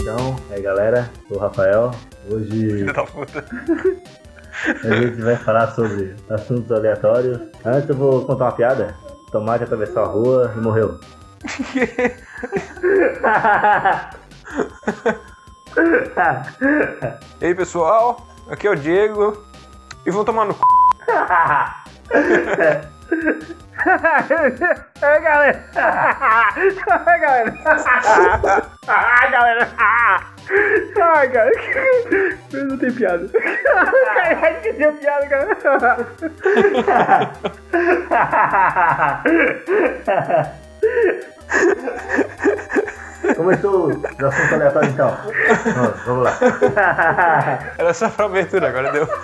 Então, é, galera, sou o Rafael. Hoje Filho da puta. a gente vai falar sobre assuntos aleatórios. Antes eu vou contar uma piada. Tomate atravessou a rua e morreu. E aí, pessoal? Aqui é o Diego. E vão tomar no c... É galera! É galera! Ah, galera! Ah, galera! Eu não tenho piada. Caralho, esqueci a piada, cara. Começou o assunto aleatório então. Vamos, vamos lá. Era só pra abertura, agora deu.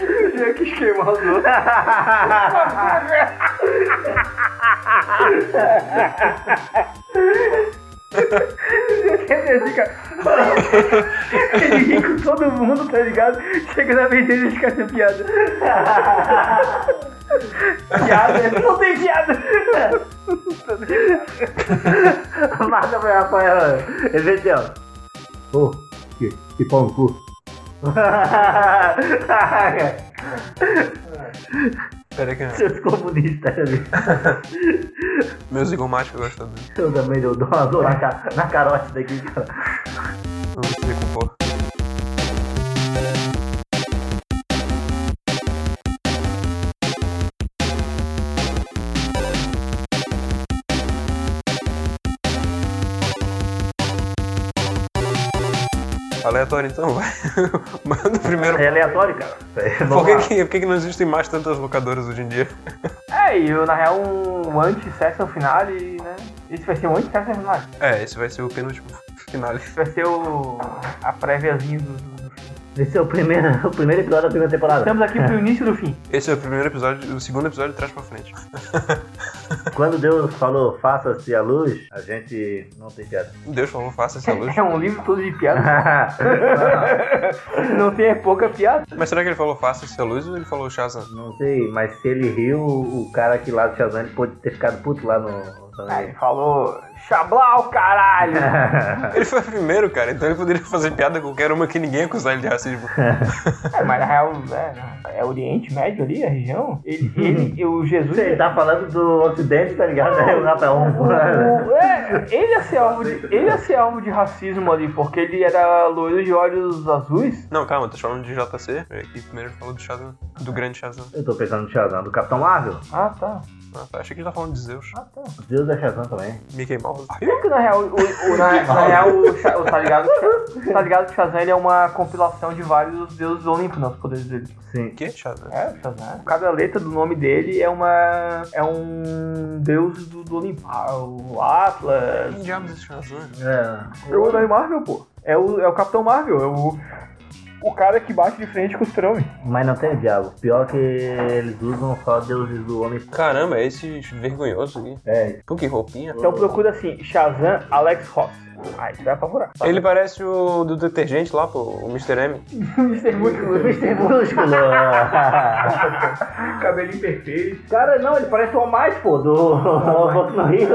Eu que esquema os outros. Ele fica. Ele ri com todo mundo, tá ligado? Chega na vez dele e fica sem piada. piada? Não tem piada! né? Mata pra Rafael. Ezequiel. Ô, que, que pau no cu. Pera aí que Seus comunistas ali. meu zigomático gosta dele. Eu também dou dou uma dor na, ca- na carote daqui, cara. Não sei com porra. Aleatório então, vai. Manda o primeiro. É aleatório, cara. É, Por vamos lá. que, que, por que, que não existem mais tantas locadoras hoje em dia? É, e eu, na real, um anti-sexo final e, né? Isso vai ser um anti-sexo final. É, esse vai ser o penúltimo final. Isso vai ser o. a préviazinha do. do- do fim. Esse é o primeiro, o primeiro episódio da primeira temporada. Estamos aqui pro início do fim. Esse é o primeiro episódio, o segundo episódio de trás pra frente. Quando Deus falou faça-se a luz, a gente não tem piada. Deus falou, faça essa luz. É um livro todo de piada. Não tem pouca piada. Mas será que ele falou faça essa luz ou ele falou Shazam? não sei, mas se ele riu, o cara que lá do Shazam ele pode ter ficado puto lá no. Aí falou. Xablau, caralho! Ele foi o primeiro, cara, então ele poderia fazer piada com qualquer uma que ninguém ia acusar ele de racismo. É, mas na real, é, é Oriente Médio ali, a região? Ele, ele, o Jesus. Você tá falando do Ocidente, tá ligado? É o Rafael. O- é, ele ia ser alvo tá de, ele ia ser alvo de racismo ali, porque ele era loiro de olhos azuis. Não, calma, tô falando de JC. É que primeiro ele falou do Shazam, do grande Shazam. Eu tô pensando no Shazam, do Capitão Marvel. Ah, tá. Ah, tá, achei que ele tá falando de Zeus. Ah, tá. Deus é Shazam também. Mickey Mouse. Pior que na real, o, o- na, na real o, Sha- o- tá ligado? Tá ligado que o Shazam ele é uma compilação de vários deuses do Olimpo, né? Os poderes dele. Sim. O que é Shazam? É, o Shazam. Cada letra do nome dele é uma. é um deus do, do Olimpo. Ah, o Atlas. Quem diabos é esse Shazam? É. É o Homem Marvel, pô. É o, é o Capitão Marvel, é o. O cara que bate de frente com os Trump. Mas não tem o diabo. Pior que eles usam só deuses do homem. Caramba, é esse vergonhoso aqui. É, Pô, que roupinha. Então procura assim, Shazam Alex Ross. Aí você vai apavorar. Ele parece o do detergente lá, pô, o Mr. M. Mr. O Músculo. Mr. Músculo! Cabelinho perfeito. Cara, não, ele parece o mais, pô, do Boku no Rio.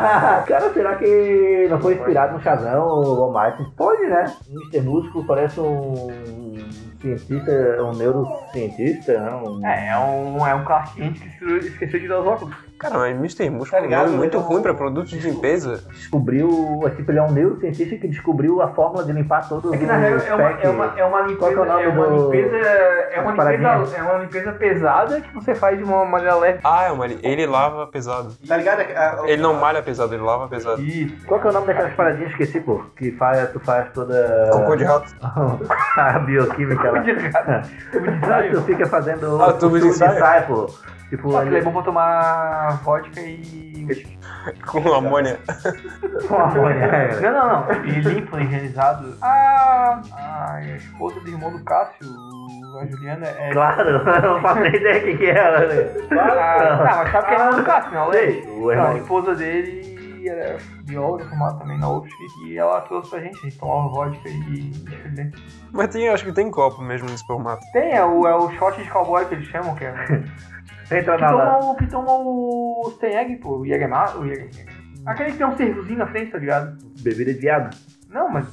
Cara, será que não foi inspirado no Shazam ou o mais? Pode, né? O Mr. Músculo parece um cientista, um neurocientista, né? Um... É, é um, é um Clark Kent que esqueceu- esqueceu de dar os óculos. Cara, mas Mr. Tá Músculo é um ligado? nome muito Ele é um- ruim pra produtos de limpeza. Descobriu, é, tipo, ele é um neurocientista que descobriu a fórmula de limpar todo É que na real é uma, é uma, é uma Qual que é limpeza. o nome É uma do- limpeza. É uma Paradinha? limpeza, é uma limpeza pesada que você faz de uma maneira leve. Ah, é uma... ele lava pesado. Tá ligado? Ele não malha pesado, ele lava pesado. Isso. Qual que é o nome daquelas paradinhas? Esqueci, pô. Que faz, tu faz toda Cocô de rato. a Tá bioquímica lá. Ah, tu fica fazendo Ah, tubo de ensaio? pô. Tipo, Só que é ele... bom pra tomar vodka e. Com amônia. com amônia. né? Não, não, não. E limpo, higienizado. Ah, a esposa do irmão do Cássio, a Juliana, é. Claro, eu não faço nem ideia o que que era. Né? Ah, não, mas sabe que é irmão do Cássio, não? Sei, Lê. o Não, a irmão. esposa dele era bióloga, formada também na UFSC, e ela trouxe pra gente, a gente tomava vodka e desfilante. Mas tem, acho que tem copo mesmo nesse formato. Tem, é o, é o shot de cowboy que eles chamam, que é. Entra que, na lá. toma o, que toma o Steng Egg, pô, o Jägermar, o Jäger. Aquele que tem um serviçozinho na frente, tá ligado? Bebida de viado. Não, mas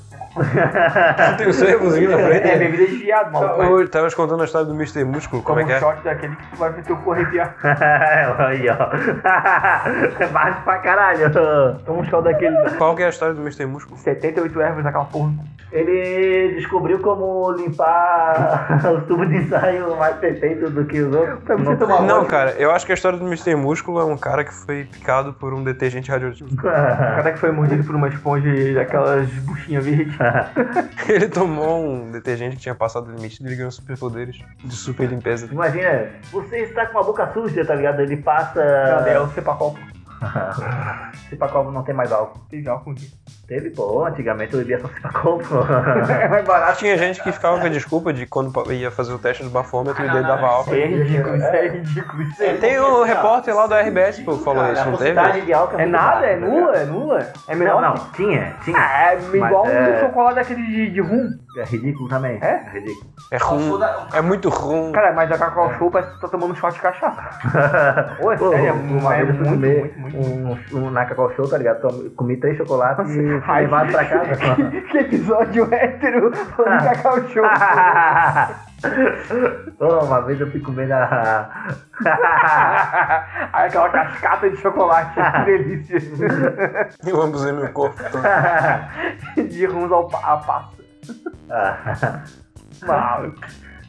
Tem o servozinho assim, na frente. é, é bebida de viado, maluco. mas Eu tava te contando a história do Mr. Músculo, como Toma é que um é? shot daquele que tu vai ver teu cu arrepiar. Aí, ó. É baixo pra caralho. Toma um shot daquele. Qual que é a história do Mr. Músculo? 78 ervas daquela porra. Ele descobriu como limpar o tubo de ensaio mais perfeito do que os outros. Pra você tomar Não, banho. cara, eu acho que a história do Mr. Músculo é um cara que foi picado por um detergente radioativo. O cara que foi mordido por uma esponja daquelas buchinhas verdes. Ele tomou um detergente que tinha passado o limite e ele ganhou superpoderes de super limpeza. Imagina, você está com a boca suja, tá ligado? Ele passa. Cara, é o Cepacol. Cipacovo não tem mais álcool. Teve álcool aqui. Teve, pô, antigamente eu bebia só Cipacovo. É mais barato. Tinha gente que ficava com a desculpa de quando ia fazer o teste do bafômetro e Ah, não, daí não, dava isso álcool. aí É ridículo, isso aí é ridículo. isso aí. Tem um repórter lá da RBS pô, que falou a isso, não teve? quantidade de álcool É muito nada, baixa, é tá nula, ligado? é nula. É melhor. Não, não, tinha, tinha. Ah, é igual Mas é- o chocolate daquele de, de rum. É ridículo também. É? Ridículo. É rum. É muito rum. Cara, mas a Cacau Show parece que tu tá tomando um shot de cachaça. Pô, é Pô, sério, é uma vez eu fui muito, comer muito, muito. Um, um na Cacau Show, tá ligado? Tom- Comi três chocolates e fui levado pra casa. Ah. que, que episódio hétero falando de Cacau Show. Pô, uma vez eu fui comer na. Aí aquela cascata de chocolate, que delícia. Eu abusei meu corpo. todo. de rums ao pa- a passo. Não,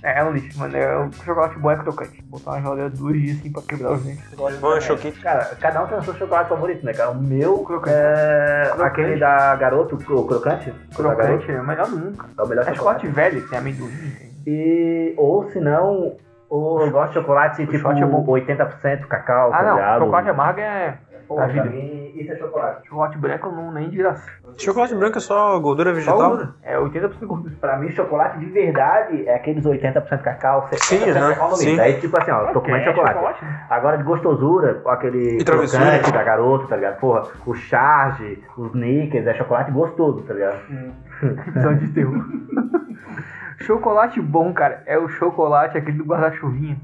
É, é um lixo, mano. É, o chocolate bom é crocante. Botar uma geladeira dois dias assim pra quebrar os dentes. Bom, é choquinho. Cara, cada um tem o seu chocolate favorito, né, cara? O meu Crocante. é Crocante. aquele da garoto, o crocante. O da Garoto, Crocante é melhor nunca. é o melhor É chocolate. chocolate velho, que tem amendoim. tem- E, ou se não, ou eu gosto de chocolate tipo chocolate é bom. 80% cacau, Ah, tá não. ligado? Chocolate amargo é Pô, a pra vida. mim, isso é chocolate. Chocolate branco eu não nem de graça. Chocolate branco é só gordura Só vegetal? o- É 80% gordura. Pra mim, chocolate de verdade é aqueles 80% cacau, 70% Sim, aham, cacau no meio. sim. Daí, tipo assim, ó, tô comendo É chocolate. Agora, de gostosura, aquele E travessura. crocante da garota, tá ligado? Porra, o charge, os Snickers, é chocolate gostoso, tá ligado? Então de terror. chocolate bom, cara, é o chocolate aquele do guarda-chuvinha.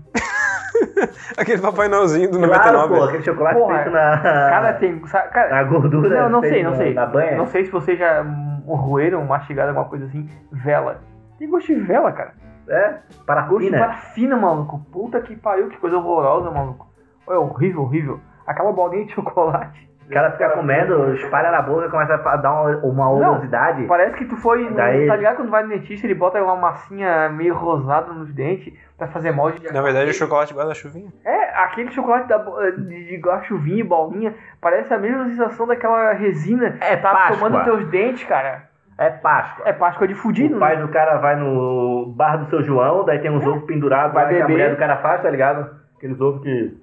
Aquele papai nozinho do Claro, pô, 99. aquele chocolate Porra, feito na, Cara, tem. sa- Cara, na gordura. não, não feito sei, não na- sei. Na banha. Não sei se vocês já hum, roeram, mastigaram alguma coisa assim. Vela. Tem gosto de vela, cara. É, Gosto de parafina. parafina, maluco. Puta que pariu, que coisa horrorosa, maluco. É horrível, horrível. Aquela bolinha de chocolate. O cara fica comendo, espalha na boca, começa a dar uma, uma Não. oleosidade. Parece que tu foi. no- Daí- Tá ligado quando vai no dentista, ele bota uma massinha meio rosada nos dentes pra fazer molde de Na verdade é chocolate guarda-chuvinha. É, aquele chocolate da, bo- de, de guachuvinha e bolinha parece a mesma sensação daquela resina É tá Páscoa. tomando teus dentes, cara. É Páscoa. É Páscoa de fudido, o pai né? do cara vai no bar do seu João, daí tem uns ovos pendurados, Vai lá que a beber. mulher do cara faz, tá ligado? Aqueles ovos que.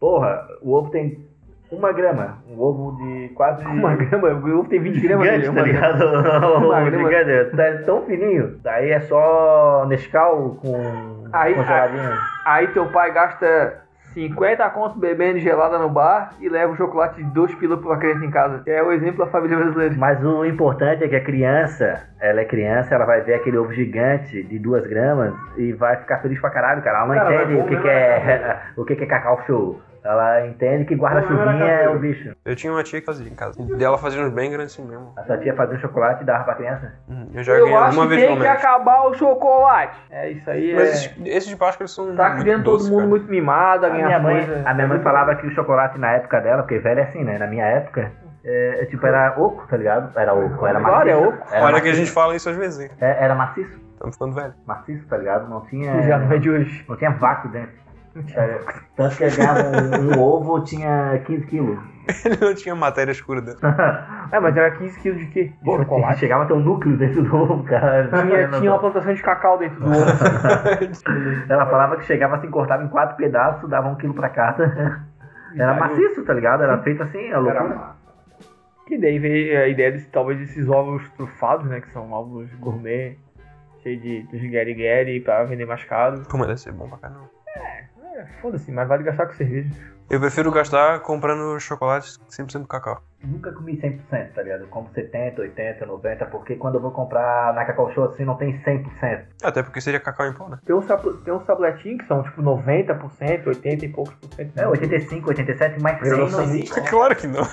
Porra, o ovo tem uma grama. Um ovo de quase. Uma grama, o ovo tem 20 gramas. Gigante, tá né? Uma grama. ligado? Um Uma ovo grama. gigante. Tá tão fininho. Daí é só Nescau com. Aí- com geladinho. Aí teu pai gasta 50 conto bebendo gelada no bar e leva o chocolate de 2 pila pra criança em casa. Que é o exemplo da família brasileira. Mas o importante é que a criança, ela é criança, ela vai ver aquele ovo gigante de duas gramas e vai ficar feliz pra caralho, cara. Ela não Cara, entende mas o que, bom que mesmo é é o que, que é cacau show. Ela entende que guarda-chuvinha é o bicho. Eu tinha uma tia que fazia em casa. E dela fazia uns bem grandes assim mesmo. A sua tia fazia um chocolate e dava pra criança. Hum, Eu já ganhei Eu acho uma que vez pelo tem que menos. acabar o chocolate. É isso aí. Mas é... esses, esses de Páscoa eles são. Tá muito criando todo doces, mundo cara. muito mimado, a A minha, mãe, né? coisa. a minha mãe falava que o chocolate na época dela, porque velho é assim, né? Na minha época, é, é tipo, era oco, tá ligado? Era oco, era maciço. Claro, é oco. Era Olha maciço, que a gente fala isso às vezes, hein? é, era maciço, Estamos ficando velho. maciço, tá ligado? Não tinha... Já não é de hoje. Não tinha vácuo né? dentro. É, tanto que eu ganhava um, um ovo, tinha 15 quilos. Ele não tinha matéria escura dentro. É, mas era 15 quilos de quê? De Pô, chegava a ter um núcleo dentro do ovo, cara. Tinha, tinha uma plantação de cacau dentro do ovo. Ela falava que chegava assim, cortava em quatro pedaços, dava um quilo pra cada. Era maciço, tá ligado? Era feito assim, a loucura. "Hum." Que daí veio a ideia desse, talvez desses ovos trufados, né? Que são ovos gourmet, cheio de dos gueri-gueri pra vender mais caro. Pô, mas deve ser bom pra caramba. É, foda-se, mas vale gastar com cerveja. Eu prefiro gastar comprando chocolate 100% cacau. Nunca comi 100%, tá ligado? Eu compro 70%, 80%, 90%, porque quando eu vou comprar na Cacau Show assim, não tem 100%. Até porque seria cacau em pó, né? Tem uns, tabl- tem uns tabletinhos que são tipo 90%, 80 e poucos por cento. né? É, 85%, 87%, mas 100% Eu não não sei. existe. Claro que não.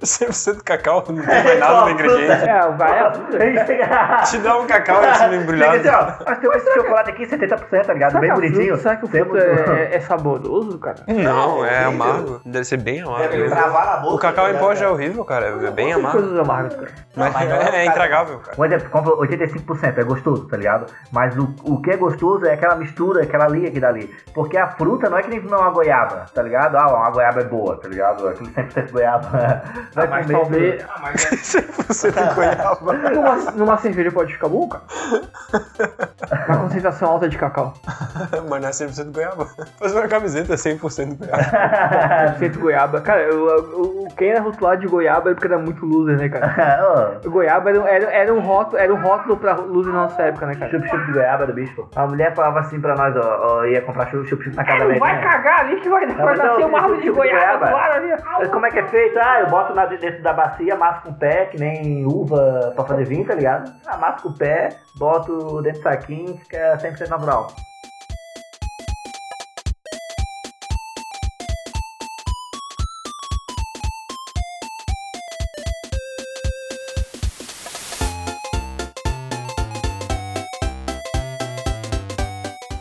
100% cacau, não tem mais nada no ingrediente. É, o vai. é- Te dá um cacau e esse embrulhado. Mas tem um esse chocolate aqui, 70%, tá ligado? Será que Bem a fruta- bonitinho. Será que o Temos fruto é, é saboroso, cara? Não, é Horrível. amargo. Deve ser bem amargo. Deve mesmo. travar na boca. O cacau em tá pó ligado, já é horrível, cara. É bem Tem amargo. coisas amargas, cara. Mas Mas não é é cacau. intragável, cara. Um exemplo, compra 85%, é gostoso, tá ligado? Mas o, o que é gostoso é aquela mistura, aquela liga que dá ali. Porque a fruta não é que nem uma goiaba, tá ligado? Ah, uma goiaba é boa, tá ligado? Aquele 100% goiaba. Vai Mas comer, talvez. Ah, mas é- Você tem goiaba. Numa, numa cerveja pode ficar bom, cara? Na concentração alta de cacau. Mas não é 100% goiaba. Fazer uma camiseta é 100% goiaba. Feito goiaba. Cara, eu- eu- quem era rotulado de goiaba é porque era muito loser, né, cara? Ô, Goiaba era, um- era, era um rótulo, era um rótulo pra loser na nossa época, né, cara? Chup-chup de goiaba do bicho. A mulher falava assim pra nós, ó, ó, ia comprar chu- chup-chup na casa da velhinha. cagar ali que vai, vai nascer uma árvore de goiaba do lado ali. Como é que é feito? Ah, eu boto na, dentro da bacia, amasso com o pé, que nem uva pra fazer vinho, tá ligado? Amasso com o pé, boto dentro do saquinho, fica 100% natural.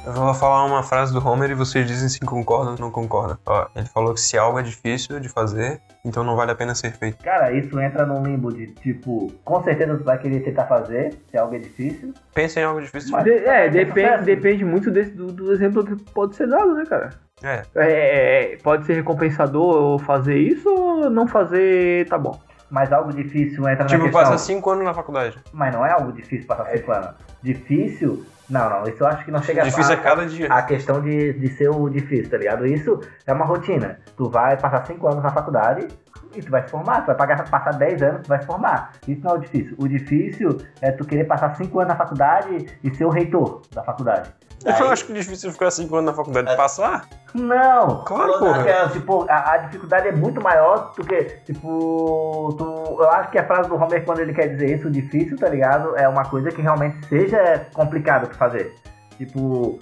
Eu vou falar uma frase do Homer e vocês dizem se concordam ou não concordam. Ó, ele falou que se algo é difícil de fazer, então não vale a pena ser feito. Cara, isso entra num limbo de tipo, com certeza tu vai querer tentar fazer, se algo é difícil. Pensa em algo difícil. Mas- De- é, depende, Sucesso. depende muito desse- do, do exemplo que pode ser dado, né, cara? É. É, é, pode ser recompensador eu fazer isso ou não fazer, tá bom. Mas algo difícil entra na Tipo, questão. passar 5 anos na faculdade. Mas não é algo difícil passar cinco anos. Difícil? Não, não, isso eu acho que não chega Difícil a, é cada dia. a questão de, de ser o difícil, tá ligado? Isso é uma rotina. Tu vai passar cinco anos na faculdade e tu vai se formar. Tu vai pagar, passar 10 anos, tu vai se formar. Isso não é o difícil. O difícil é tu querer passar cinco anos na faculdade e ser o reitor da faculdade. Eu Aí- acho que é difícil ficar 5 anos na faculdade. É. Passar? Não! Claro, Não, porra. cara, tipo, a, a dificuldade é muito maior do que, tipo, tu- eu acho que a frase do Homer, quando ele quer dizer isso, o difícil, tá ligado? É uma coisa que realmente seja complicada de fazer. Tipo,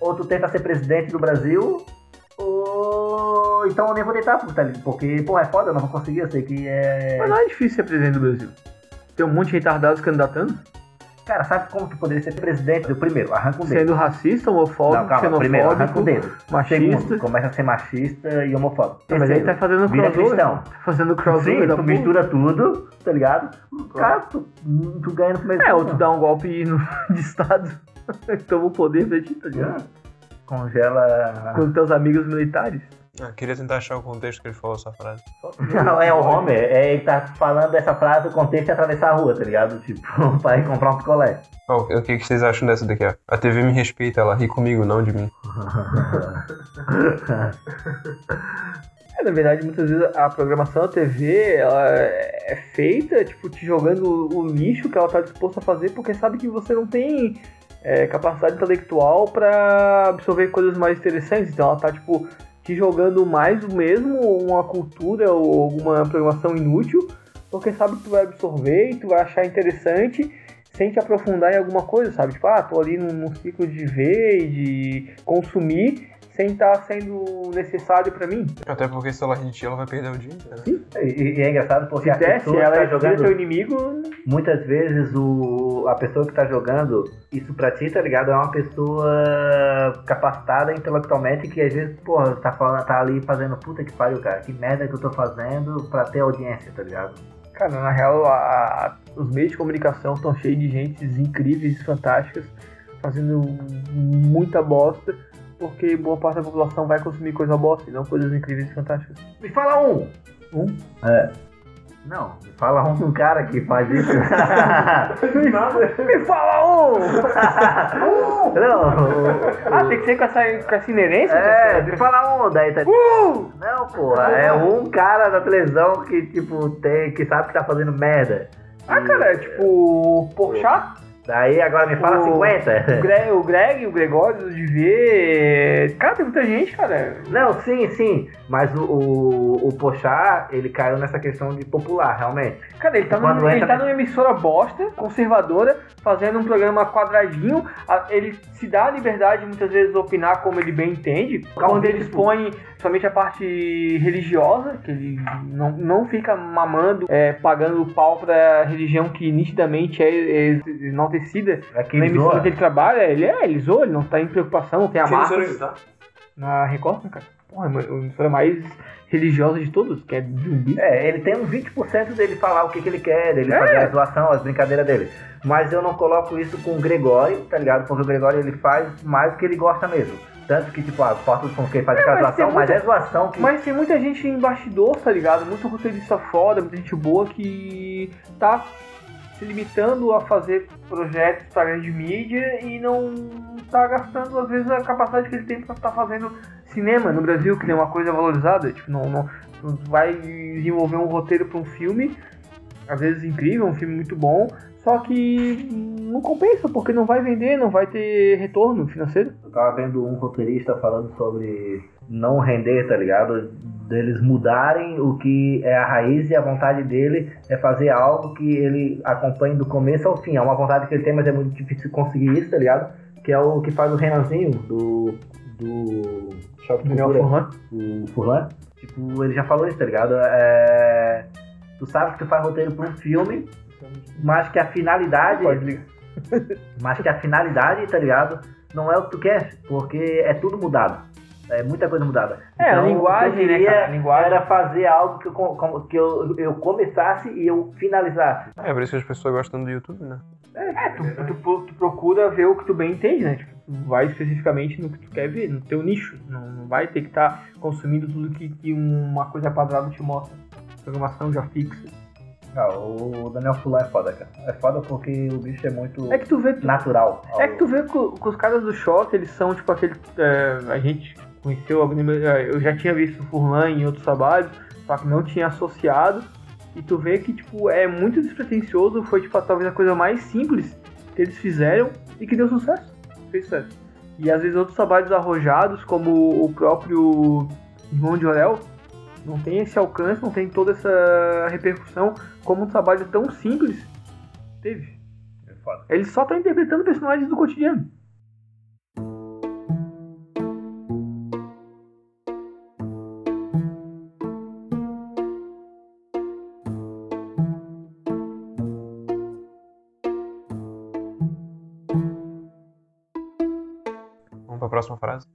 ou tu tenta ser presidente do Brasil, ou então eu nem vou tentar, tá ligado? Porque, pô, é foda, eu não vou conseguir, eu sei que é... Mas não é difícil ser presidente do Brasil. Tem um monte de retardados candidatando, Cara, sabe como tu poderia ser presidente do primeiro? Arranca um dedo. sendo racista, homofóbico, Não, calma, primeiro, arranca um é xenofóbico, dedo. Segundo, machista. começa a ser machista e homofóbico. Não, mas aí Terceiro, tá fazendo vira crossover. cristão. Tá fazendo Sim, crossover da tu porra. mistura tudo, tá ligado? Cara, tu, tu ganha no primeiro Uhum. É, ou turno. tu dá um golpe no, de estado, toma o poder pra ti, tá ligado? Congela. Com teus amigos militares. Ah, queria tentar achar o contexto que ele falou essa frase. Não, é o Homer, é ele que tá falando essa frase, o contexto é atravessar a rua, tá ligado? Tipo, pra ir comprar um picolé. Ó, o que que vocês acham dessa daqui? ó? A TV me respeita, ela ri comigo, não de mim. É, na verdade, muitas vezes a programação da TV ela é feita, tipo, te jogando o lixo que ela tá disposta a fazer, porque sabe que você não tem é, capacidade intelectual pra absorver coisas mais interessantes. Então ela tá, tipo, te jogando mais o mesmo, uma cultura ou alguma programação inútil, porque sabe que tu vai absorver e tu vai achar interessante sem te aprofundar em alguma coisa, sabe? Tipo, ah, tô ali num, num ciclo de ver e de consumir sem estar sendo necessário pra mim. Até porque se ela rir de ti, ela vai perder o dia inteiro. E, e é engraçado porque Se a desse, pessoa ela tá é jogando. teu inimigo. Muitas vezes o, a pessoa que tá jogando isso pra ti, tá ligado? É uma pessoa capacitada intelectualmente que às vezes, porra, tá, falando, tá ali fazendo puta que pariu, cara. Que merda que eu tô fazendo pra ter audiência, tá ligado? Cara, na real, a- a- os meios de comunicação estão cheios de gentes incríveis, fantásticas, fazendo muita bosta, porque boa parte da população vai consumir coisa bosta e não coisas incríveis e fantásticas. Me fala um! Um? É. Não, me fala um de um cara que faz isso. Me fala um! não. ah, tem que ser com essa, com essa inerência? É, né? me fala um, daí tá. Uh! Não, porra, é um cara da televisão que, tipo, tem, que sabe que tá fazendo merda. Ah, cara, é tipo, pô, chato. Daí agora me fala O- 50. O Greg, o Greg, o Gregório, o Divê. Cara, tem muita gente, cara. Não, sim, sim. Mas o, o, o Pochá, ele caiu nessa questão de popular, realmente. Cara, ele tá, numa- Quando ele entra- tá numa emissora bosta, conservadora, fazendo um programa quadradinho. A- Ele se dá a liberdade, muitas vezes, de opinar como ele bem entende. Quando ele expõe somente a parte religiosa, que ele não, não fica mamando, é, pagando pau pra religião que nitidamente é, é enaltecida na Aquele emissora que ele trabalha. Ele é, ele zoa, ele não tá em preocupacord, não tem a marca. na Record, né, cara? Porra, é a emissora mais religiosa de todos, que é de um bicho. É, ele tem uns 20% dele falar o que, que ele quer, dele É. fazer a zoação, as brincadeiras dele. Mas eu não coloco isso com o Gregório, tá ligado? Porque o Gregório ele faz mais o que ele gosta mesmo. Tanto que, tipo, a porta dos fundos que ele faz É, aquela mas zoação, tem mas muita- é zoação que. Mas tem muita gente em bastidor, tá ligado? Muito roteirista foda, muita gente boa que tá se limitando a fazer projetos pra grande mídia e não tá gastando, às vezes, a capacidade que ele tem pra estar fazendo cinema no Brasil, que é uma coisa valorizada. Tipo, não, não, não vai desenvolver um roteiro pra um filme, às vezes incrível, um filme muito bom, só que não compensa, porque não vai vender, não vai ter retorno financeiro. Eu tava vendo um roteirista falando sobre não render, tá ligado? Deles mudarem o que é a raiz e a vontade dele é fazer algo que ele acompanhe do começo ao fim. É uma vontade que ele tem, mas é muito difícil conseguir isso, tá ligado? Que é o que faz o Renanzinho do. do. Choque de Daniel Cultura, Furlan. o Furlan. Tipo, ele já falou isso, tá ligado? É, Tu sabe que tu faz roteiro pra um filme, mas que a finalidade Pode ligar. mas que a finalidade, tá ligado? Não é o que tu quer, porque é tudo mudado. É muita coisa mudada. É, a Então, o que linguagem, eu né, queria cara? A linguagem. Era fazer algo que eu, com- com- que eu, eu começasse e eu finalizasse. É, por isso que as pessoas gostam do YouTube, né? É, tu, tu pro- tu procura ver o que tu bem entende, né? Tipo, tu vai especificamente no que tu quer ver, no teu nicho. Não, não vai ter que estar consumindo tudo que, que uma coisa quadrada te mostra. Programação já fixa. Não, Ah, o Daniel Fulan é foda, cara. É foda porque o bicho é muito É que tu vê. tu- natural. é que tu vê que, o- que os caras do choque, eles são tipo aquele. é, a gente conheceu algum- Eu já tinha visto o Furlan em outros trabalhos, só que não tinha associado. E tu vê que, tipo, é muito despretensioso, foi tipo, talvez a coisa mais simples que eles fizeram e que deu sucesso. Fez sucesso. E às vezes outros trabalhos arrojados, como o próprio Irmão de Orel, não tem esse alcance, não tem toda essa repercussão como um trabalho tão simples teve. É foda. Eles só estão interpretando personagens do cotidiano. Vamos pra próxima frase.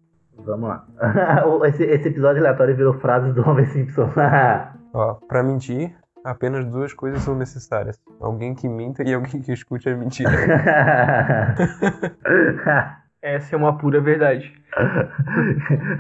Vamos lá. esse, esse episódio aleatório virou frases do Homem Simpson. Ó, pra mentir, apenas duas coisas são necessárias. Alguém que minta e alguém que escute a mentira. Essa é uma pura verdade.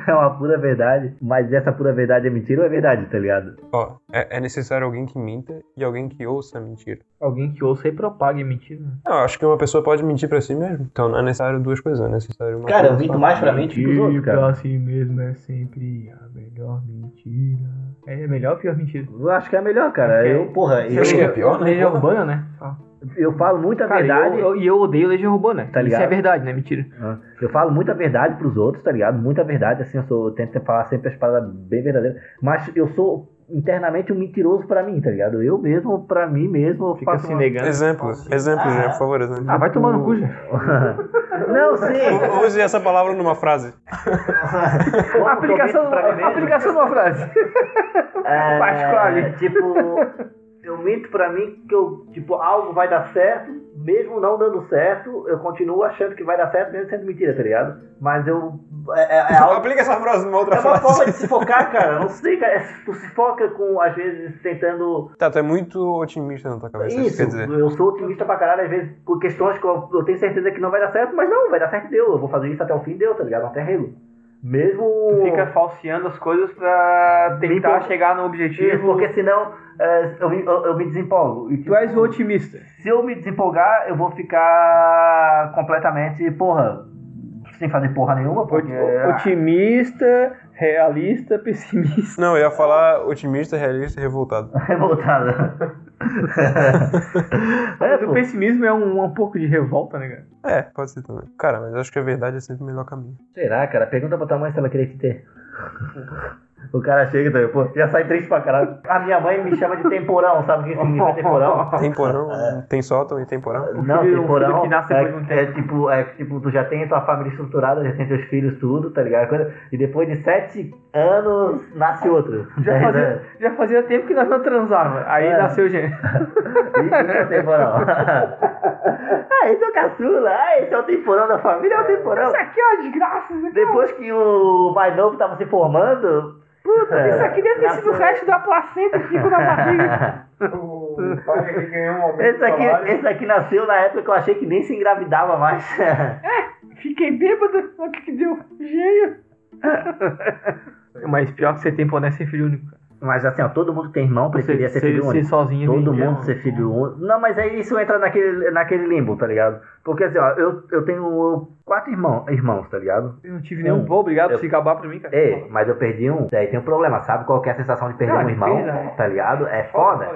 é uma pura verdade, mas essa pura verdade é mentira ou é verdade, tá ligado? Ó, é, é necessário alguém que minta e alguém que ouça a mentira. Alguém que ouça e propague mentira. Não, eu acho que uma pessoa pode mentir pra si mesmo. Então não é necessário duas coisas, é necessário uma Cara, eu coisa minto só. mais pra mim do que Tipo pros outros, cara. pra si mesmo é sempre a melhor mentira. É a melhor ou pior mentira? Eu acho que é melhor, cara. Ok. Eu, porra, Você acha que é eu, pior, né? Legião Porra. Urbana, né? Só. eu falo muita Cara, verdade. e eu, eu- e eu odeio Legião Urbana. Tá ligado? Isso é verdade, né? Mentira. Ah, Eu falo muita verdade pros outros, tá ligado? Muita verdade, assim, eu, sou, eu tento falar sempre as paradas bem verdadeiras. Mas eu sou internamente um mentiroso pra mim, tá ligado? Eu mesmo, pra mim mesmo, eu Fica faço se uma- negando. Exemplos, exemplos, Ah. né? Por favor, exemplos. Ah, vai tomar no cu, já. Não, sim! U- Use essa palavra numa frase. Como Aplicação, que eu minto pra mim mesmo? aplicação de uma frase. É, Pasquale. Tipo, eu minto pra mim que eu, tipo, algo vai dar certo, mesmo não dando certo, eu continuo achando que vai dar certo, mesmo sendo mentira, tá ligado? Mas eu. É, é- é algo. Aplica essa frase numa outra É uma frase. forma de se focar, cara. Não sei, cara. É, tu se foca com, às vezes, tentando. Tá, tu é muito otimista na tua cabeça, isso, Isso. quer dizer. Eu sou otimista pra caralho, às vezes, por questões que eu, eu tenho certeza que não vai dar certo, mas não, vai dar certo deu. Eu vou fazer isso até o fim deu, tá ligado? Até rego. Mesmo. Fica falseando as coisas pra tentar Bem- chegar no Isso, objetivo. porque senão é, eu, me- eu, eu me desempolgo. E, tipo, Tu és o otimista. se eu me desempolgar, eu vou ficar completamente, porra, sem fazer porra nenhuma, porque... é Ot- Otimista, realista, pessimista. Não, eu ia falar otimista, realista e revoltado. Revoltada. é, Mas o pô. pessimismo é um, um pouco de revolta, né, cara? É, pode ser também. Cara, mas acho que a verdade é sempre o melhor caminho. Será, cara? Pergunta pra tua mãe se ela queria te ter. O cara chega também, pô, já sai triste pra caralho. A minha mãe me chama de temporão, sabe o que significa temporão? É. Tem porão, tem sótão e tem porão. Não, filho- um temporão filho que nasce depois de um é, é tipo, é tipo, tu já tem tua família estruturada, já tem teus filhos, tudo, tá ligado? Coisa- E depois de sete anos, nasce outro. Né? Já Dez fazia, anos. já fazia tempo que nós não transávamos. Aí É. nasceu o gênio. Ih, esse é o temporão. ah, esse é o caçula, ah, esse é o temporão da família, é o temporão. Isso aqui é uma desgraça. Isso aqui, Depois que o mais novo tava se formando, puta. isso aqui é deve ter sido o resto da placenta que ficou na barriga. O pai que ganhou um é aumento Esse de aqui, salário. esse aqui nasceu na época que eu achei que nem se engravidava mais. Fiquei bêbado. Olha o que que deu. Gênio. Mas pior que ser tempo honesto é ser filho único. cara. Mas assim, ó, todo mundo que tem irmão preferia ser, filho único. sozinho. é Todo mundo bem idiota. ser filho único. Não, mas aí isso entra naquele, naquele limbo, tá ligado? Porque assim, ó, eu, eu tenho quatro irmão, irmãos, tá ligado? Eu não tive nenhum. Hum. Bom, obrigado Eu- por se acabar pra mim, cara. Ei, mas eu perdi um, daí tem um problema, sabe? Qual que é a sensação de perder Ah, um que irmão, pena. tá ligado? É foda.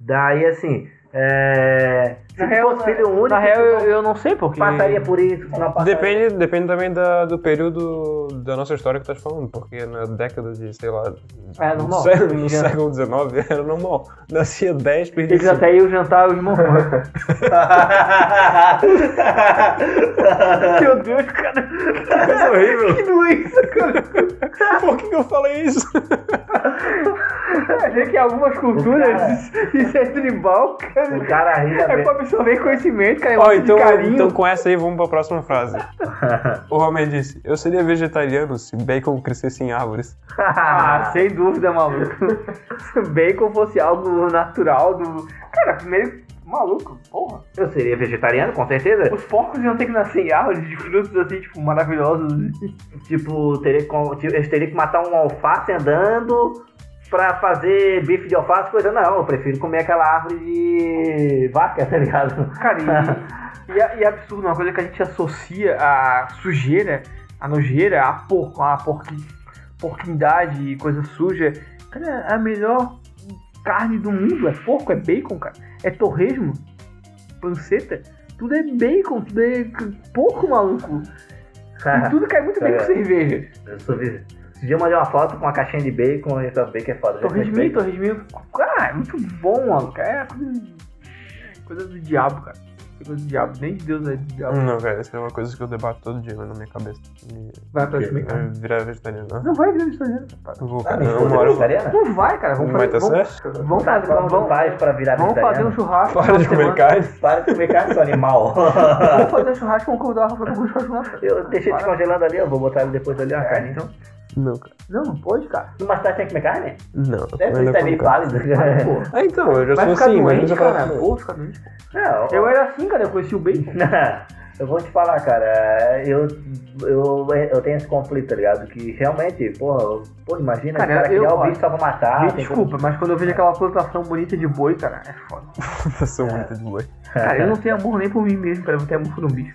Daí assim, é... se tu Na real, fosse filho único, Na real, tu eu, não eu não sei porque. passaria por isso, tu não é- passaria. Depende, depende também da- do período da nossa história que tu tá falando, porque na década de, sei lá, É no, normal. século, Eles no já- século XIX era normal. Nascia 10, perdia Eles tá- 5. até iam jantar os irmãos. Meu Deus, cara. Coisa É horrível. Que doença, cara. Por que, que eu falei isso? Quer dizer que em algumas culturas cara- isso, isso é tribal, cara. O cara ri da É pra absorver conhecimento, cara. É Ó, muito então, de carinho. então com essa aí vamos pra próxima frase. O Homer disse: Eu seria vegetariano se bacon crescesse em árvores. Ah, sem dúvida, maluco. Se o bacon fosse algo natural do. Cara, primeiro. Maluco, porra. Eu seria vegetariano, com certeza. Os porcos iam ter que nascer em árvores de frutos assim, tipo, maravilhosos. Tipo, teria que, com- tipo, eu teria que matar um alface andando pra fazer bife de alface, coisa não. Eu prefiro comer aquela árvore de vaca, tá ligado? Cara, e, e é- e é absurdo, uma coisa que a gente associa a sujeira, a nojeira, a porco, a porqui, porquindade e coisa suja. Cara, é a melhor carne do mundo é porco, é bacon, cara. É torresmo, panceta. Tudo é bacon, tudo é c- porco, maluco. E tudo cai muito bem com cerveja. eu sou vi- Esse dia eu mandei uma foto com uma caixinha de bacon e essa bacon é foda. Torresminho, torresminho. Cara, é muito bom, maluco. É coisa, coisa do diabo, cara. Coisa do diabo. Nem de Deus é do diabo. Não, cara, essa é uma coisa que eu debato todo dia na minha cabeça. E- Vai pra Ok. e Virar vegetariano. né? Não vai virar vegetariano. Eu vou, Ah, cara, minha eu esposa é moro. vegetariana? Não vai, cara. Vamos Vai fazer, tá vamos, certo? vamos fazer, Como vamos, tu faz vamos, pra virar vamos fazer um vegetariano? churrasco. Para de uma semana. comer carne. Para de comer carne, seu animal. Vamos fazer um churrasco, vamos convidar o Rafa pra buscar churrasco. eu deixei descongelando ali, eu vou botar ele depois ali, ó, a É, carne. então. então. Não, cara. Não, não pode, cara. Tu mais tarde tem que comer carne? Não. é eu Deve ainda estar como meio carne. pálido. Pô, Ah, então, eu já vai sou ficar assim, mas eu doente, já cara. falo. Pô, ficar doente. pô. Não, Eu era assim, cara. Eu conheci o bacon. Eu vou te falar, cara, eu, eu, eu tenho esse conflito, tá ligado? Que realmente, porra, eu- pô, imagina, Cara, cara, cara eu- criar ó, o bicho só pra matar. Me tem desculpa, mas quando eu vejo aquela plantação bonita de boi, cara, é foda. Eu sou muito de boi. É, Cara, eu não tenho amor nem por mim mesmo, cara. Eu não tenho amor por um bicho.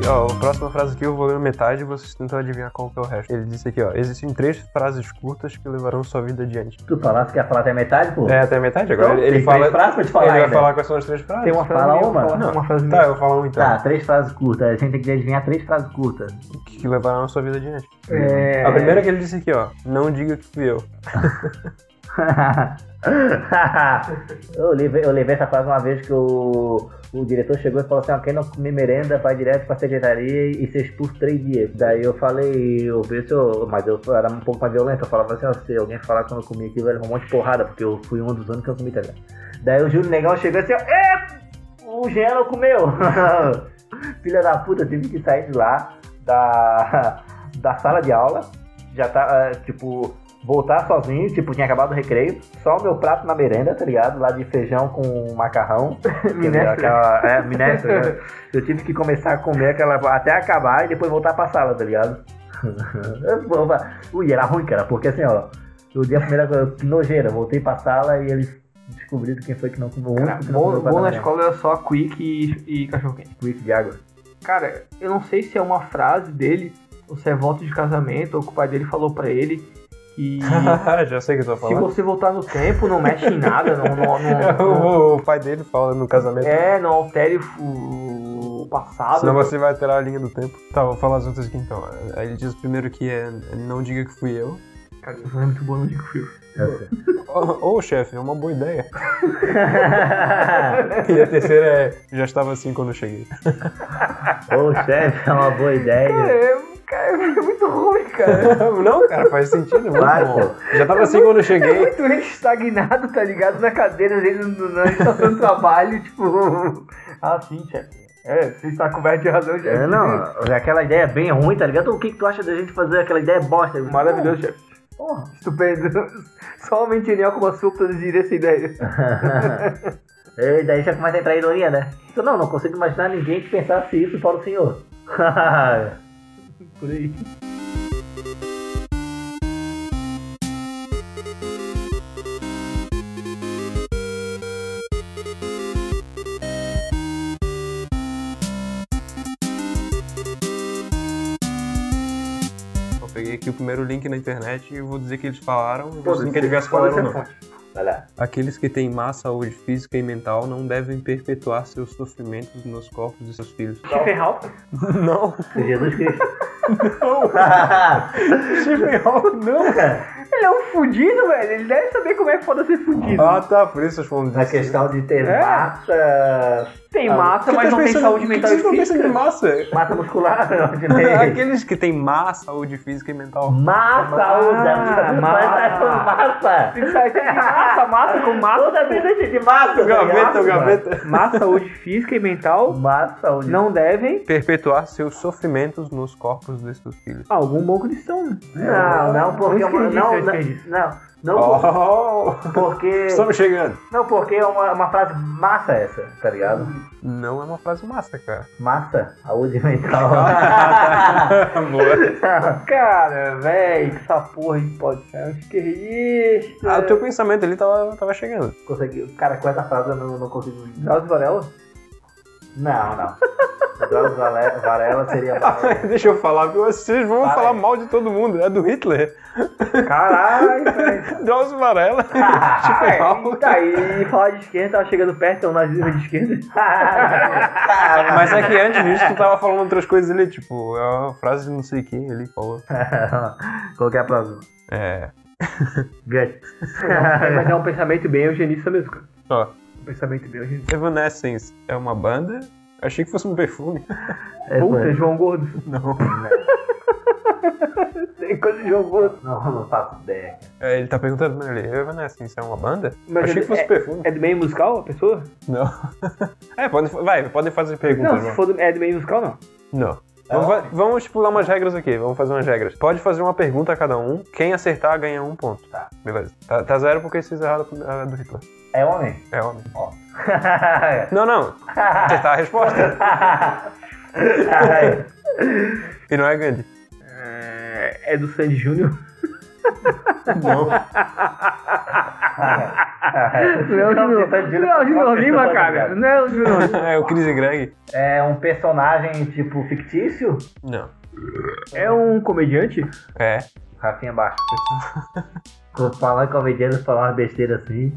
E, ó, a próxima frase aqui eu vou ler metade e vocês tentam adivinhar qual que é o resto. Ele disse aqui, ó, existem três frases curtas que levarão sua vida adiante. como- Tu falasse que ia falar até metade, pô? É, até a metade agora. Então, ele ele tem fala. né? três frases pra te falar ele vai ainda. falar quais são as três frases. Tem uma frase Fala minha, uma. vou falar Não. uma frase Tá, minha. eu vou falar um então. Tá, três frases curtas. A gente tem que adivinhar três frases curtas. Que levarão sua vida adiante. É... A primeira que ele disse aqui, ó, não diga que fui eu. eu, levei, eu levei essa frase uma vez que o, o diretor chegou e falou assim: ó, quem não comer merenda vai direto pra secretaria e ser expulso três dias. Daí eu falei, eu vi se eu. Mas eu era um pouco mais violento. Eu falava assim: ó, se alguém falar que eu não comi aquilo, vai levar um monte de porrada, porque eu fui um dos únicos que eu comi, tá ligado? Daí o Júlio Negão chegou assim: ó, é! O Jean não comeu! Filha da puta, eu tive que sair de lá, da, da sala de aula. Já tá, ah, tipo, voltar sozinho, tipo, tinha acabado o recreio, só o meu prato na merenda, tá ligado? Lá de feijão com macarrão. Minestra. Aquela- é, minestra, né? Eu tive que começar a comer aquela. até acabar e depois voltar pra sala, tá ligado? Ui, era ruim, cara, porque assim, ó. Eu dei a primeira coisa, que nojeira, voltei pra sala e eles descobrido quem foi que não comeu o Cara, único que não bom, comeu bom na banana. escola era só quick e, e cachorro quente. Quick de água. Cara, eu não sei se é uma frase dele, ou se é voto de casamento, ou que o pai dele falou pra ele que Já sei o que eu tô se falando. você voltar no tempo, não mexe em nada, não, não, não- não- O, o pai dele fala no casamento. é, não altere o, o passado. Senão você vai alterar a linha do tempo. Tá, vou falar as outras aqui então. Aí ele diz primeiro que é não diga que fui eu. Cara, isso é muito bom no Dick Fury. Ô ô, chefe, é uma boa ideia. E a terceira é já estava assim quando eu cheguei. Ô, chefe, é uma boa Cara, ideia. é, cara, é muito ruim, cara. Não, cara, faz sentido. é Muito Vai, bom. Já estava assim quando eu cheguei. Muito ele estagnado, tá ligado? Na cadeira dele no- na estação de trabalho, tipo. Ah, sim, chefe. É, você está coberto de razão, chefe. É, não, né? aquela ideia é bem ruim, tá ligado? O que, que tu acha da gente fazer aquela ideia bosta? Maravilhoso, chefe. Porra. Estupendo. Só um genial como a sua produziria essa ideia. e daí já começa a entrar a ironia, né? Então, não, não consigo imaginar ninguém que pensasse isso fora o senhor. Por aí. Eu peguei aqui o primeiro link na internet e vou dizer que eles falaram. e Foda-se. Vou dizer que eles já Foda-se falaram. a Não. fonte. Vai lá. Aqueles que têm má saúde física e mental não devem perpetuar seus sofrimentos nos corpos de seus filhos. Stephen Hawking? Não, Jesus Cristo. Stephen Hawking não, cara. Ele é um fudido, velho. Ele deve saber como é foda ser fudido. Ah, tá, por isso eu falando Na disso. questão de ter É. massa, tem ah, massa, mas não tem saúde mental e Vocês não pensam em física. massa? massa muscular, eu É. imaginei. Aqueles que têm má saúde física e mental. Massa, usa, Ah, massa, massa. Tem massa, massa com massa. Toda vez a gente massa. tá O gaveta, o gaveta. Massa, saúde física e mental Massa, usa. não devem. Perpetuar seus sofrimentos nos corpos de seus filhos. Ah, algum bom cristão. né? Não, não, porque Eu é uma, escrevi não, isso, eu não, escrevi isso. não, não, Oh, porque estamos chegando. não porque é uma, uma frase massa essa, tá ligado? Não é uma frase massa, cara. Massa, saúde mental. Ah, tá. Boa. Cara, velho, que essa porra de podcast. Que isso? Ah, o teu pensamento ali tava, tava chegando. Consegui, cara, com essa frase eu não, não consigo. Drauzio Varela? Não, não. Drauzio Varela, Varela seria mais. Deixa eu falar, porque vocês vão Fala falar aí. mal de todo mundo. É do Hitler. Caralho, velho. Drauzio Varela. Tipo, É, Stephen Hawking. tá, e falar de esquerda, tava chegando perto, é um nazismo de esquerda. Mas é que antes disso tu tava falando outras coisas ali, tipo, é uma frase de não sei quem ali é? que falou. Qual que é a próxima? É. Gut. Mas é um pensamento bem eugenista mesmo, cara. Ó. Um pensamento bem eugenista. Evanescence é uma banda? Achei que fosse um perfume. É, Puta, João Gordo. Não. né? Tem coisa de João Gordo. Não, não faço ideia. É, ele tá perguntando pra ele, Evanescence é uma banda? Mas Achei ele- que fosse é- perfume. É do meio musical a pessoa? Não. É, podem, vai, podem fazer perguntas. Não, Ah, se vamos. for do, é do meio musical, não. Não. Vamos, fa- vamos estipular umas regras aqui, vamos fazer umas regras. Pode fazer uma pergunta a cada um, quem acertar ganha um ponto. Tá. Beleza. Tá, tá zero porque vocês erraram a do Hitler. É homem? É homem. É. Ai. Não, não. Ah. Acertar a resposta. E não é grande. É, é do Sandy Júnior? Não. Não, é Então, Júnior. tentando dizer- Não, é Júnior Lima, tentando cara. dizer. Não é o Júnior Lima. É o Chris e Greg? né? É um personagem tipo fictício? Não. É um comediante? É. Rafinha baixo. falar em comediante, falar uma besteira assim.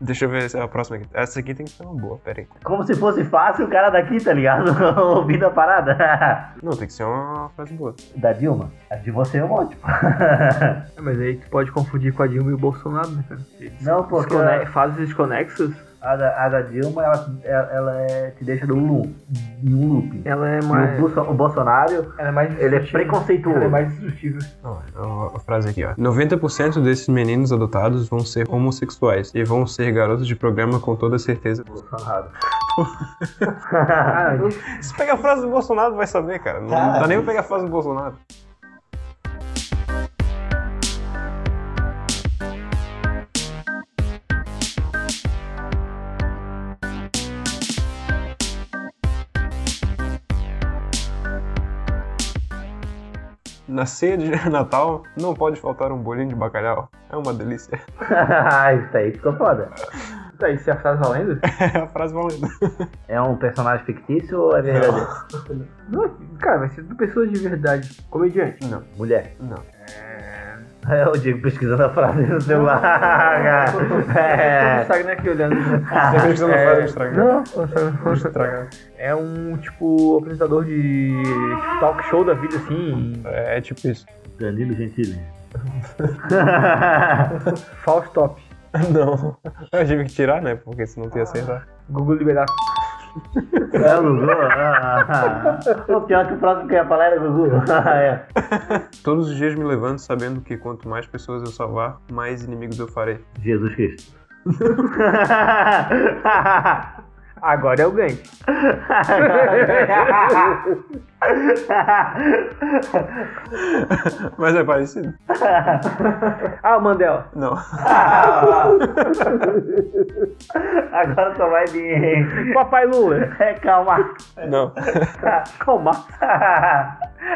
Deixa eu ver se é a próxima aqui. Essa aqui tem que ser uma boa, pera aí. Como se fosse fácil o cara daqui, tá ligado? Ouvindo a parada. Não, tem que ser uma frase boa. da Dilma? A de você é um ótimo. É, mas aí tu pode confundir com a Dilma e o Bolsonaro, né, cara? Não, porque é- Descone- Fases desconexas, a da, a da Dilma, ela, ela, ela é- te deixa num loop. Em um loop. ela é E mais. o, Bolso- o Bolsonaro, Ela é mais ele é destrutiva. preconceituoso. Ela é mais destrutível. Ó, ó, A é frase aqui, ó. 90% desses meninos adotados vão ser homossexuais e vão ser garotos de programa com toda certeza. Bolsonaro. Ah, Se pega a frase do Bolsonaro, vai saber, cara. Não, não dá nem pra pegar a frase do Bolsonaro. Na ceia de Natal não pode faltar um bolinho de bacalhau. É É uma delícia. ah, Isso aí ficou foda. Tá, isso é a frase valendo? É a frase valendo. É um personagem fictício ou é verdadeiro? Não, cara, vai ser de pessoas de verdade. Comediante. Mulher. Não. É o Diego pesquisando a frase no celular. Todo É. mundo sabe, né, aqui olhando. Depois que você É, não faz, eu estrago. Não, não sabe. Eu estrago. é um, tipo, apresentador de tipo, talk show da vida, assim. É tipo isso. Danilo Gentili. False top. Não. Eu tive que tirar, né? Porque senão tu ia acertar. Google liberar. É o Gugu? Ah, ah. O pior que o próximo que eu ia falar era o Gugu. Ah, é. Todos os dias me levanto sabendo que quanto mais pessoas eu salvar, mais inimigos eu farei. Jesus Cristo. Agora eu ganho. Mas é parecido? Ah, o Mandela. Não. Ah. Agora só vai de. Papai Lula. É, calma. Não. Calma.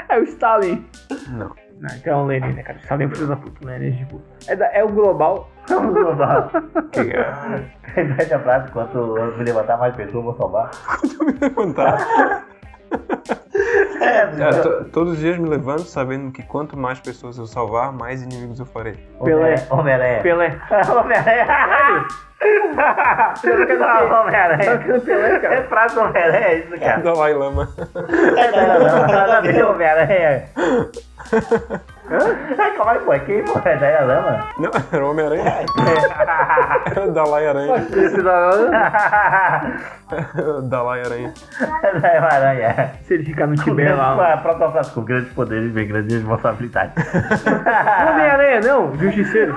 É o Stalin. Não. Não, então é o Lenin, né, cara? Stalin é um filho da puta, né? Lenin, tipo, é, da- é o global. Vamos global. Que é? Repete a frase enquanto eu me levantar mais pessoas, vou salvar. Quando eu me levantar. É, É, to- todos os dias me levanto sabendo que quanto mais pessoas eu salvar, mais inimigos eu farei. Pelé. Homem-Aranha. Pelé. É Homem-Aranha. Não, Tá Homem-Aranha. ficando Pelé, cara. É, É frase do Homem-Aranha, é isso, cara. Dalai Lama. Não, não, não, nada a ver, Homem-Aranha. Ai, Calma aí, pô. É quem, pô? É Daí a Lama? Não, era o Homem-Aranha. É. tá Era o Dalai Aranha. Esse da- Dalai Aranha. É Daí a Aranha. Se ele ficar no Tibete Com lá. a própria frase, com grandes poderes vem grandes responsabilidades. Homem-Aranha, não. Justiceiro.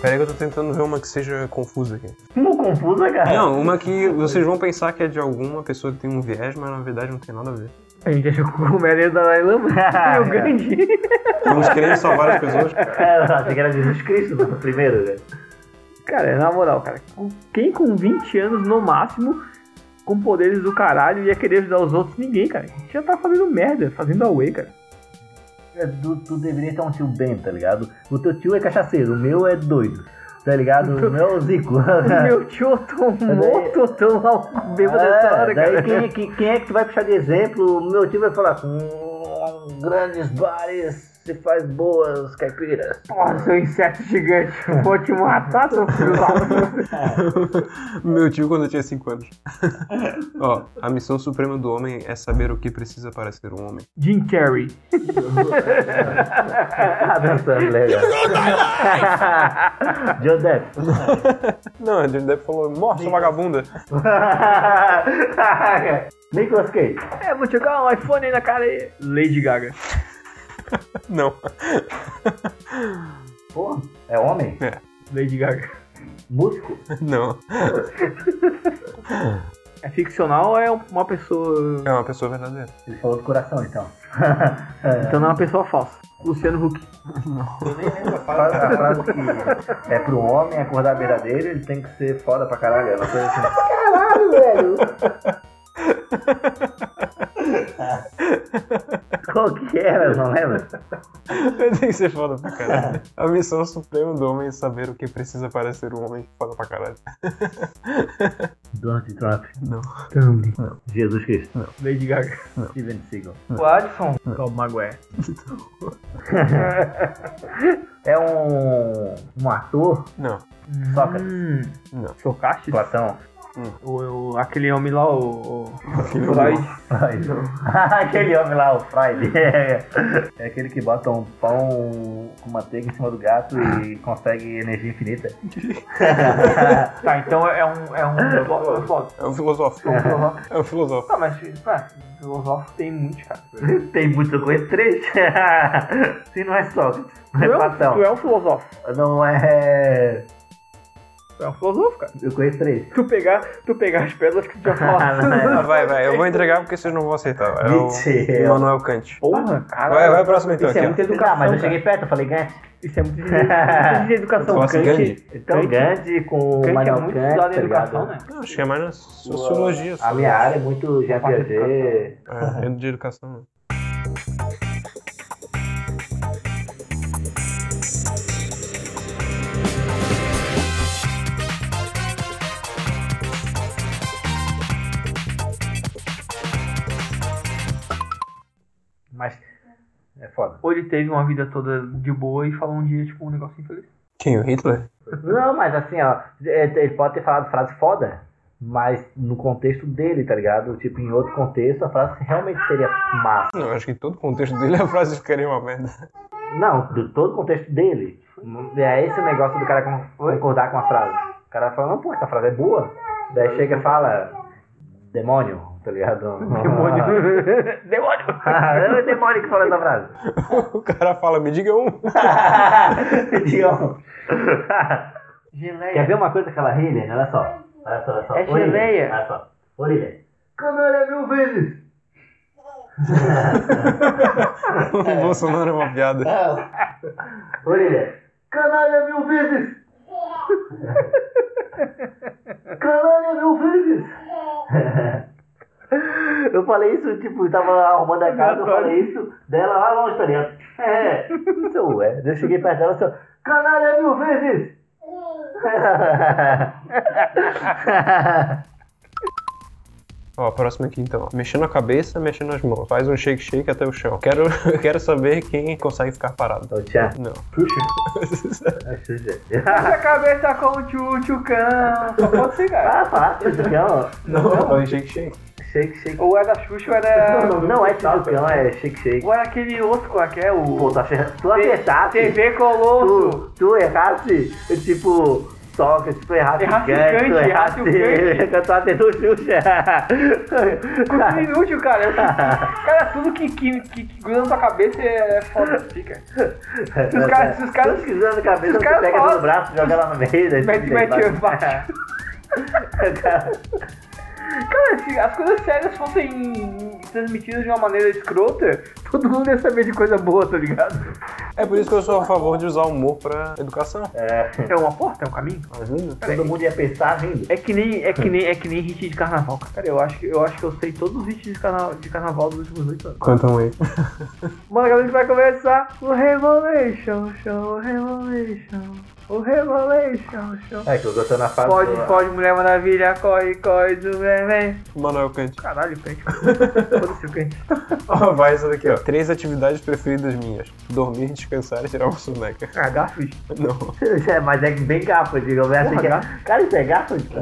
Peraí que eu tô tentando ver uma que seja confusa aqui. Não confusa, cara. Não, uma que vocês vão pensar que é de alguma pessoa que tem um viés, mas na verdade não tem nada a ver. A gente achou que o Homem-Aranha da Dalai Lama e o Gandhi. Estamos querendo salvar as pessoas. É, eu achei que era Jesus Cristo no primeiro, né? Cara, na moral, cara, com- quem com 20 anos no máximo, com poderes do caralho, ia querer ajudar os outros? Ninguém, cara. A gente já tá fazendo merda, fazendo away, cara. É, Tu, tu deveria ter um tio bem, tá ligado? O teu tio é cachaceiro, o meu é doido. Tá ligado? O meu é o Zico. Meu tio tomou, daí- tô tão mal bêbado É, essa hora, daí cara. Quem, que- quem é que tu vai puxar de exemplo? O meu tio vai falar "Hum, grandes bares se faz boas caipiras. Porra, seu inseto gigante, vou te matar, seu filho da puta. É. Meu tio quando eu tinha 5 anos. Ó, a missão suprema do homem é saber o que precisa para ser um homem. Jim Carrey. Ah, dançando, legal. John Depp. Não, a Johnny Depp falou, morre, sua vagabunda. Nicolas Cage. É, vou jogar um iPhone aí na cara aí. Lady Gaga. Não. Pô, é homem? Lady Gaga. Músico? Não. É ficcional ou é uma pessoa... É uma pessoa verdadeira. Ele falou do coração, então. Então não é uma pessoa falsa. Luciano Huck. Fala essa frase que é pro homem acordar à beira dele, ele tem que ser foda pra caralho. É uma coisa assim. Caralho, velho! Qual que é, era? Eu não lembro. Tem que ser foda pra caralho. A missão suprema do homem é saber o que precisa para ser um homem foda pra caralho. Donald Trump. Não. Também. Jesus Cristo. Lady Gaga. Steven Seagal. O Adson. Calma, Maguire. É um, um ator, Não. Sócrates. Hum. Não. Socastes? Platão. O, o- aquele homem lá, o. o Aquele o homem Lloyd. Freud. aquele homem lá, o Freud. É, aquele que bota um pão com manteiga em cima do gato e consegue energia infinita. Tá, então é um. É um filósofo. É um filosófico. É um filosófico. Tá, mas tá, filosófico tem muitos, cara. Tem muito, eu conheço três. Se não é Sócrates, não é tu, é um, tu Platão. é um filosófico. Não é. Tu é é um filósofo, cara. Eu conheço três. Tu pegar, tu pegar as pedras que tu Ah, já fala. vai, vai, eu vou entregar porque vocês não vão aceitar. É o Mentira. Manuel Kant. Porra, cara. Vai, vai, próximo então Isso aqui, ó. é muita educação. Tá, mas eu cara. cheguei perto, eu falei Gant. Isso é muito de, muito de educação. Fala assim, Kant- Gandhi. Então, Kant- Gandhi com Kant é Manuel muito Kant, estudado em tá educação, ligado? né? Não, acho que é mais na sociologia. A minha área é muito Jean parte de Piaget. É, é de educação. Mas é foda. Ou ele teve uma vida toda de boa e falou um dia, tipo, um negócio infeliz. Quem? O Hitler? Não, mas assim, ó, ele ele pode ter falado frase foda, mas no contexto dele, tá ligado? Tipo, em outro contexto, a frase realmente seria massa. Não, acho que todo o contexto dele a frase ficaria uma merda. Não, do todo o contexto dele. É esse o negócio do cara con- concordar com a frase. O cara fala, não, pô, essa frase é boa. Daí chega e fala, demônio, tá ligado? Demônio. Demônio. é o demônio que fala essa frase. O cara fala, me diga um. Digão. Geleia. Quer ver uma coisa que ela ri, Lene? né? Olha só. Olha só, olha só. É Ô, Lene, geleia. Olha só. Ô, Lene. Canalha mil vezes. O Bolsonaro é uma piada. Ô, Lene. Canalha é mil vezes. Canalha é mil vezes. Eu falei isso, tipo, eu tava arrumando a casa, eu falei isso dela lá longe, tá ligado? É, isso ué. Eu cheguei perto dela e falei, canalha é mil vezes! Ó, a próxima aqui então. ó. Mexendo a cabeça, mexendo as mãos. Faz um shake shake até o chão. Quero, eu quero saber quem consegue ficar parado. Ô, tchau. Não. a cabeça com o tchu, tchucão. Só pode ser, cara. Ah, fácil, tchucão. Não, faz um shake shake. Shake, shake. Ou era Xuxa ou Não, era... não, não é tchucão, é shake, shake. Ou era aquele outro qual é que é o... Pô, tá tu, acha- tu acertasse, TV Colosso. tu, tu errasse, tipo, toca, tipo, errasse Errasse tu cante, errasse o cante. eu tô atendendo Continua Xuxa. é inútil, cara. Eu- cara, tudo que, que, que, que gruda na tua cabeça é foda, fica. Se os caras- se os caras- Tudo que gruda na se cabeça, os você caras pega falam- no braço, joga lá no meio, né? Tipo, daí Mete, tu mete, vai- bate. Cara, se as coisas sérias fossem transmitidas de uma maneira escrota, todo mundo ia saber de coisa boa, tá ligado? É por isso que eu sou a favor de usar o humor pra educação. É, É uma porta, é um caminho. Ajuda. todo mundo ia pensar rindo. É que nem, é que nem, é que nem hit de carnaval, cara. Eu acho que eu acho que eu sei todos os hits de carnaval, de carnaval dos últimos oito anos. Quanto um aí. Bom, agora a gente vai começar o Revolution Show, o Revolution, o Revolution Show. É, que eu gostei na fase Pode, do- pode, Mulher Maravilha, corre, corre, Superman. Manuel Kant. Caralho, Kant. Foda-se o Kant. Ó, vai essa daqui, ó. Três atividades preferidas minhas. Dormir, descansar e tirar uma soneca. Ah, Garfield. Não, É, mas é bem garfo, digo. Eu achei Porra, que é... garfo. Cara, isso é garfo? Cara,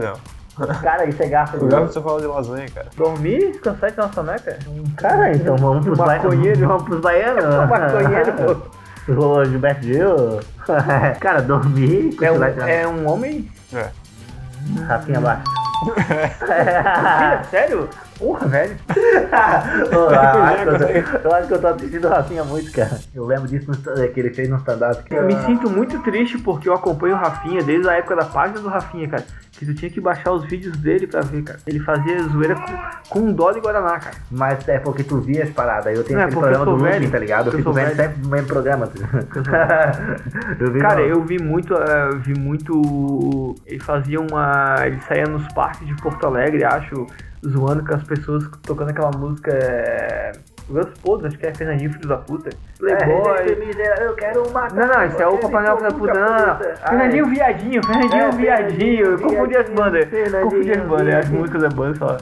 não. cara isso é garfo. O Gabi só fala de lasanha, cara. Dormir, descansar de nossa soneca? Cara, então vamos pros baianos. Maconheiro. Vamos pros baianos. Maconheiro, É um pô. Ô, Gilberto Gil. Cara, dormir. É um, continuar tirando- é um homem? É. Rafinha abaixo. Filha, sério? Porra, velho. Ô, eu, acho que eu, tô- eu acho que eu tô assistindo o Rafinha muito, cara. Eu lembro disso no, é, que ele fez no stand-up. que- Eu me sinto muito triste porque eu acompanho o Rafinha desde a época da página do Rafinha, cara. Que tu tinha que baixar os vídeos dele pra ver, cara. Ele fazia zoeira com, com um dó de Guaraná, cara. Mas é porque tu via as paradas. Eu tenho Não, é aquele porque eu programa sou do Luke, velho. tá ligado? Eu Porque fico eu sou vendo velho. sempre no mesmo programa. Eu vi Cara, no- eu vi muito, eh, vi muito. Ele fazia uma. Ele saía nos parques de Porto Alegre, acho, zoando com as pessoas tocando aquela música. eh, Los Podres, acho que é Fernandinho Filho da Puta. Playboy. É, Eu quero matar. Não, não, isso é o Papai Noel Filho da Puta. Não, não, não. é Fernandinho Viadinho, Fernandinho Ah, É, Viadinho. Eu confundi as Fernandinho, bandas. Fernandinho, Confundi as bandas, né? as né, Viadinho. músicas da banda só.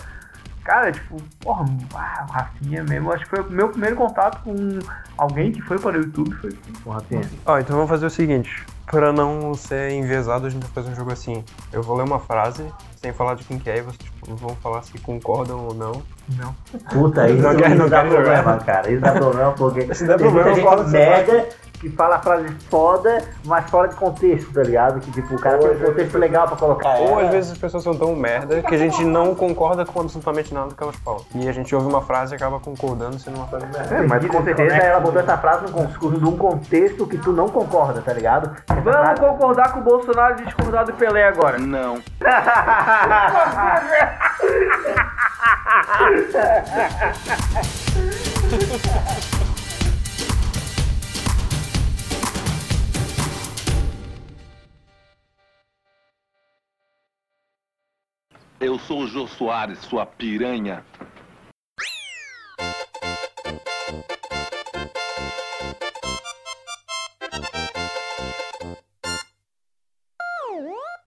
Cara, tipo, porra, ah, o Rafinha mesmo. Acho que foi o meu primeiro contato com alguém que foi para o YouTube. Foi tipo, Ó, então vamos fazer o seguinte. Pra não ser enviesado, a gente vai fazer um jogo assim. Eu vou ler uma frase, sem falar de quem que é, e vocês tipo, vão falar se concordam ou não. Não. Puta, isso, Não quero- isso não dá quero problema, jogar. cara. Isso dá problema assim, porque. Isso dá tem problema, muita eu falo gente dessa merda que que fala frases foda, mas fora de contexto, tá ligado? Que tipo, o cara Ou às tem um vezes contexto foi- legal pra colocar. Ou ela. às vezes as pessoas são tão merda que a gente não concorda com absolutamente nada do que elas falam. E a gente ouve uma frase e acaba concordando sendo uma frase merda. É, mas com certeza Conecta. ela botou essa frase num con- num contexto que tu não concorda, tá ligado? Essa Vamos frase- concordar com o Bolsonaro e discordar do Pelé agora. Não. Eu sou o Jô Soares, sua piranha.